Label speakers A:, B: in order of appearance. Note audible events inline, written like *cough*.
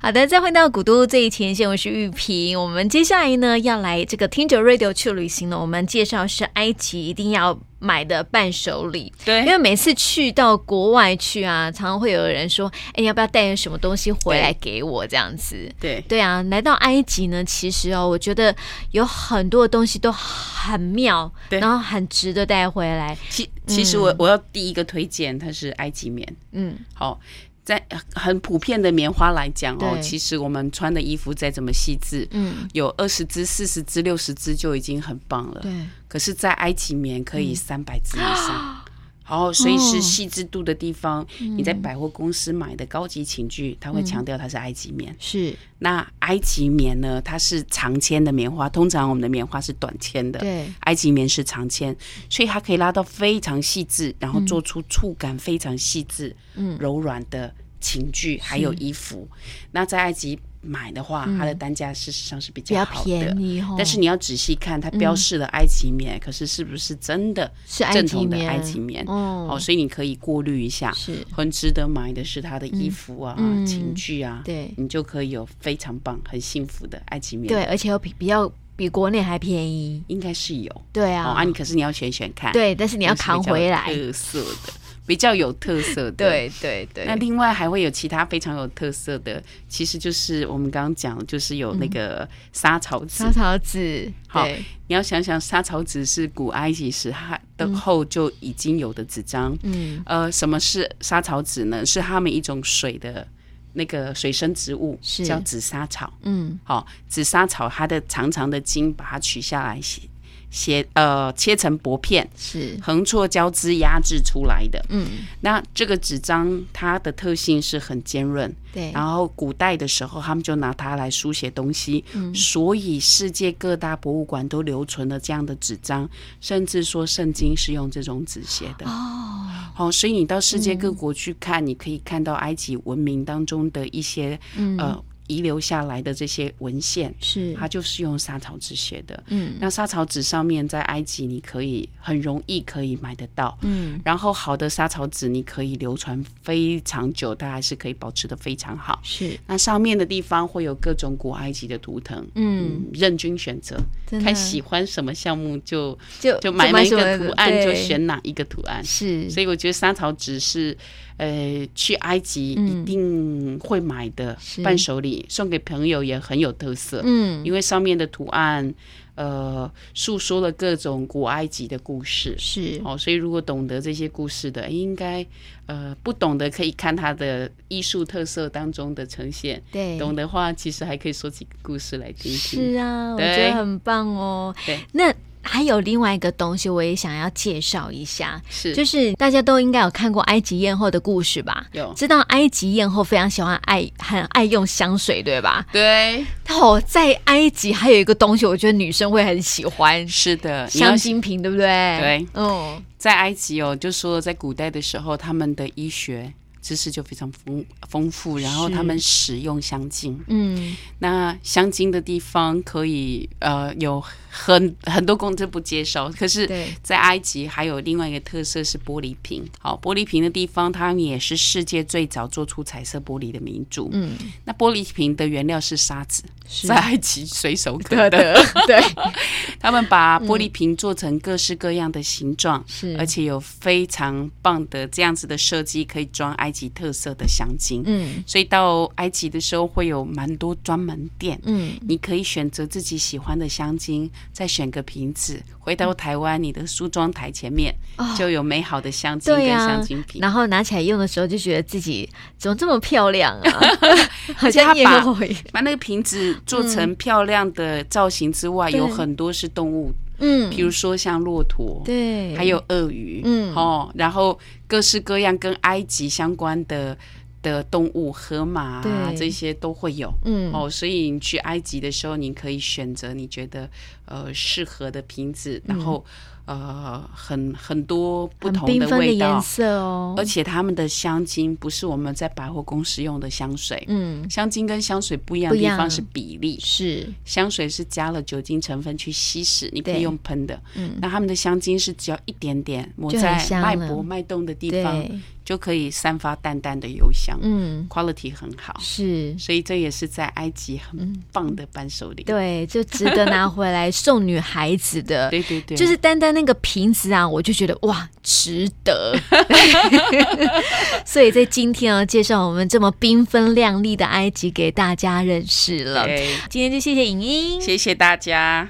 A: 好的，再回到古都最前线，我是玉萍。我们接下来呢要来这个听着 radio 去旅行呢，我们介绍是埃及一定要买的伴手礼。因
B: 对
A: 为每次去到国外去啊，常常会有人说：“哎，要不要带点什么东西回来给我？”这样子。
B: 对
A: 对啊，来到埃及呢，其实哦，我觉得有很多的东西都很妙，
B: 对
A: 然后很值得带回来。
B: 其其实我我要第一个推荐它是埃及棉，
A: 嗯，
B: 好、在很普遍的棉花来讲哦
A: 对，
B: 其实我们穿的衣服再怎么细致，
A: 嗯，
B: 有二十支、四十支、六十支就已经很棒了。
A: 对，嗯
B: 可是，在埃及棉可以三百支以
A: *gasps*
B: 上，然后所以
A: 哦
B: 是细致度的地方。
A: 嗯
B: 你在百货公司买的高级寝具，它会强调它是埃及棉。
A: 是，
B: 那埃及棉呢？它是长纤的棉花，通常我们的棉花是短纤的。
A: 对，
B: 埃及棉是长纤，所以它可以拉到非常细致，然后做出触感非常细致、
A: 嗯
B: 柔软的情具，还有衣服。那在埃及买的话，它的单价事实上是比
A: 嗯比
B: 较
A: 较
B: 好
A: 便
B: 的。
A: 宜哦。嗯
B: 但是你要仔细看，它标示了埃及棉，可是是不是真的
A: 是埃
B: 正
A: 及
B: 统的
A: 棉，
B: 埃及棉？
A: 哦
B: 哦，所以你可以过滤一下。
A: 是，
B: 很值得买的是它的衣服啊、
A: 嗯
B: 情趣啊，
A: 对
B: 你就可以有非常棒、很幸福的埃及棉。
A: 对，，而且又比比较比国内还便宜。
B: 应该是有。
A: 对
B: 哦，
A: 啊
B: 啊，，你可是你要选选看。
A: 对，但是你
B: 你
A: 要扛回来。
B: 特色的，比较有特色的。。
A: 对对对，
B: 那另外还会有其他非常有特色的，其实就是我们刚刚讲，就是有那个沙草纸。
A: 莎嗯草纸，
B: 好
A: 对，
B: 你要想想，沙草纸是古埃及时代的后就已经有的纸张。
A: 嗯，
B: 呃，什么是沙草纸呢？是它们一种水的那个水生植物，
A: 是
B: 叫紫砂草。
A: 嗯，
B: 好、紫砂草它的长长的茎把它取下来，斜斜呃切成薄片，
A: 是，
B: 横错交织压制出来的。
A: 嗯，
B: 那这个纸张它的特性是很坚韧，
A: 对，
B: 然后古代的时候他们就拿它来书写东西，
A: 嗯
B: 所以世界各大博物馆都留存了这样的纸张，甚至说圣经是用这种纸写的。
A: 哦，
B: 哦，所以你到世界各国去看，你可以看到埃及文明当中的一些、
A: 嗯
B: 呃遗留下来的这些文献，
A: 是，
B: 它就是用沙草纸写的。
A: 嗯
B: 那沙草纸上面在埃及你可以很容易可以买得到，
A: 嗯，
B: 然后好的沙草纸你可以流传非常久，它还是可以保持的非常好。
A: 是，
B: 那上面的地方会有各种古埃及的图腾，
A: 嗯，
B: 嗯，任君选择，
A: 真
B: 看
A: 的
B: 喜欢什么项目就
A: 就
B: 就买哪一
A: 什
B: 个
A: 么
B: 图案就
A: 对
B: 选哪一个图案。
A: 是，
B: 所以我觉得沙草纸是，呃，去埃及
A: 嗯
B: 一定会买的
A: 是
B: 伴手礼，送给朋友也很有特色，
A: 嗯，
B: 因为上面的图案，呃，诉说了各种古埃及的故事。
A: 是，
B: 哦，所以如果懂得这些故事的，应该呃不懂得可以看它的艺术特色当中的呈现，
A: 对，
B: 懂的话其实还可以说几个故事来听听。
A: 是啊，我
B: 对
A: 觉得很棒哦。
B: 对，
A: 那还有另外一个东西，我也想要介绍一下，
B: 是
A: 就是是大家都应该有看过埃及艳后的故事吧？
B: 有
A: 知道埃及艳后非常喜欢爱很爱用香水，对吧？
B: 对，
A: 哦，在埃及还有一个东西，我觉得女生会很喜欢
B: 是的，你要
A: 香精瓶，对不对？
B: 对，
A: 嗯，
B: 在埃及哦，就说在古代的时候，他们的医学知识就非常丰丰富，然后
A: 是
B: 他们使用香精。
A: 嗯，
B: 那香精的地方可以呃有很很多公司不接受，可是
A: 对，
B: 在埃及还有另外一个特色是玻璃瓶。好，玻璃瓶的地方，它也是世界最早做出彩色玻璃的民族。
A: 嗯，
B: 那玻璃瓶的原料是沙子，
A: 是
B: 在埃及随手
A: 的
B: 可 *laughs* 得。
A: 的，对，
B: 他们把玻璃瓶做成各式各样的形状，
A: 嗯是，
B: 而且有非常棒的这样子的设计，可以装埃及特色的香精。
A: 嗯
B: 所以到埃及的时候，会有蛮多专门店。
A: 嗯，
B: 你可以选择自己喜欢的香精，再选个瓶子，回到台湾你的梳妆台前面、
A: 哦
B: 就有美好的香精跟
A: 对呀、
B: 香精瓶。
A: 然后拿起来用的时候就觉得自己怎么这么漂亮
B: *laughs*
A: 啊，好
B: 且它
A: 像叶
B: 把
A: 落回，
B: 把那个瓶子做成漂亮的造型之外，
A: 对
B: 有很多是动物，
A: 嗯，
B: 比如说像骆驼，
A: 对，
B: 还有鳄鱼，
A: 嗯
B: 哦，然后各式各样跟埃及相关的的动物，河马啊
A: 对
B: 这些都会有。
A: 嗯，
B: 哦，所以你去埃及的时候，你可以选择你觉得呃适合的瓶子，然后呃很很多
A: 嗯
B: 不
A: 很
B: 同
A: 缤纷的
B: 味道
A: 颜，色哦，
B: 而且他们的香精不是我们在百货公司用的香水，
A: 嗯
B: 香精跟香水不一样
A: 不
B: 的
A: 一
B: 地
A: 样
B: 方是比例。
A: 是
B: 香水是加了酒精成分去稀释，你可
A: 对
B: 以用喷的。
A: 嗯
B: 那他们的香精是只要一点点抹
A: 就很
B: 在
A: 香
B: 脉
A: 了
B: 搏脉动的地方，
A: 对
B: 就可以散发淡淡的油香、
A: 嗯
B: q u a l i t y 很好。
A: 是。
B: 所以这也是在埃及很棒的伴手礼。
A: 嗯对，就值得拿回来送女孩子的。
B: *laughs* 对对对，
A: 就是单单那个瓶子啊，我就觉得哇，值得。 *laughs* 所以在今天啊，介绍我们这么缤纷亮丽的埃及给大家认识了。
B: 对
A: 今天就谢谢莹莹，
B: 谢谢大家。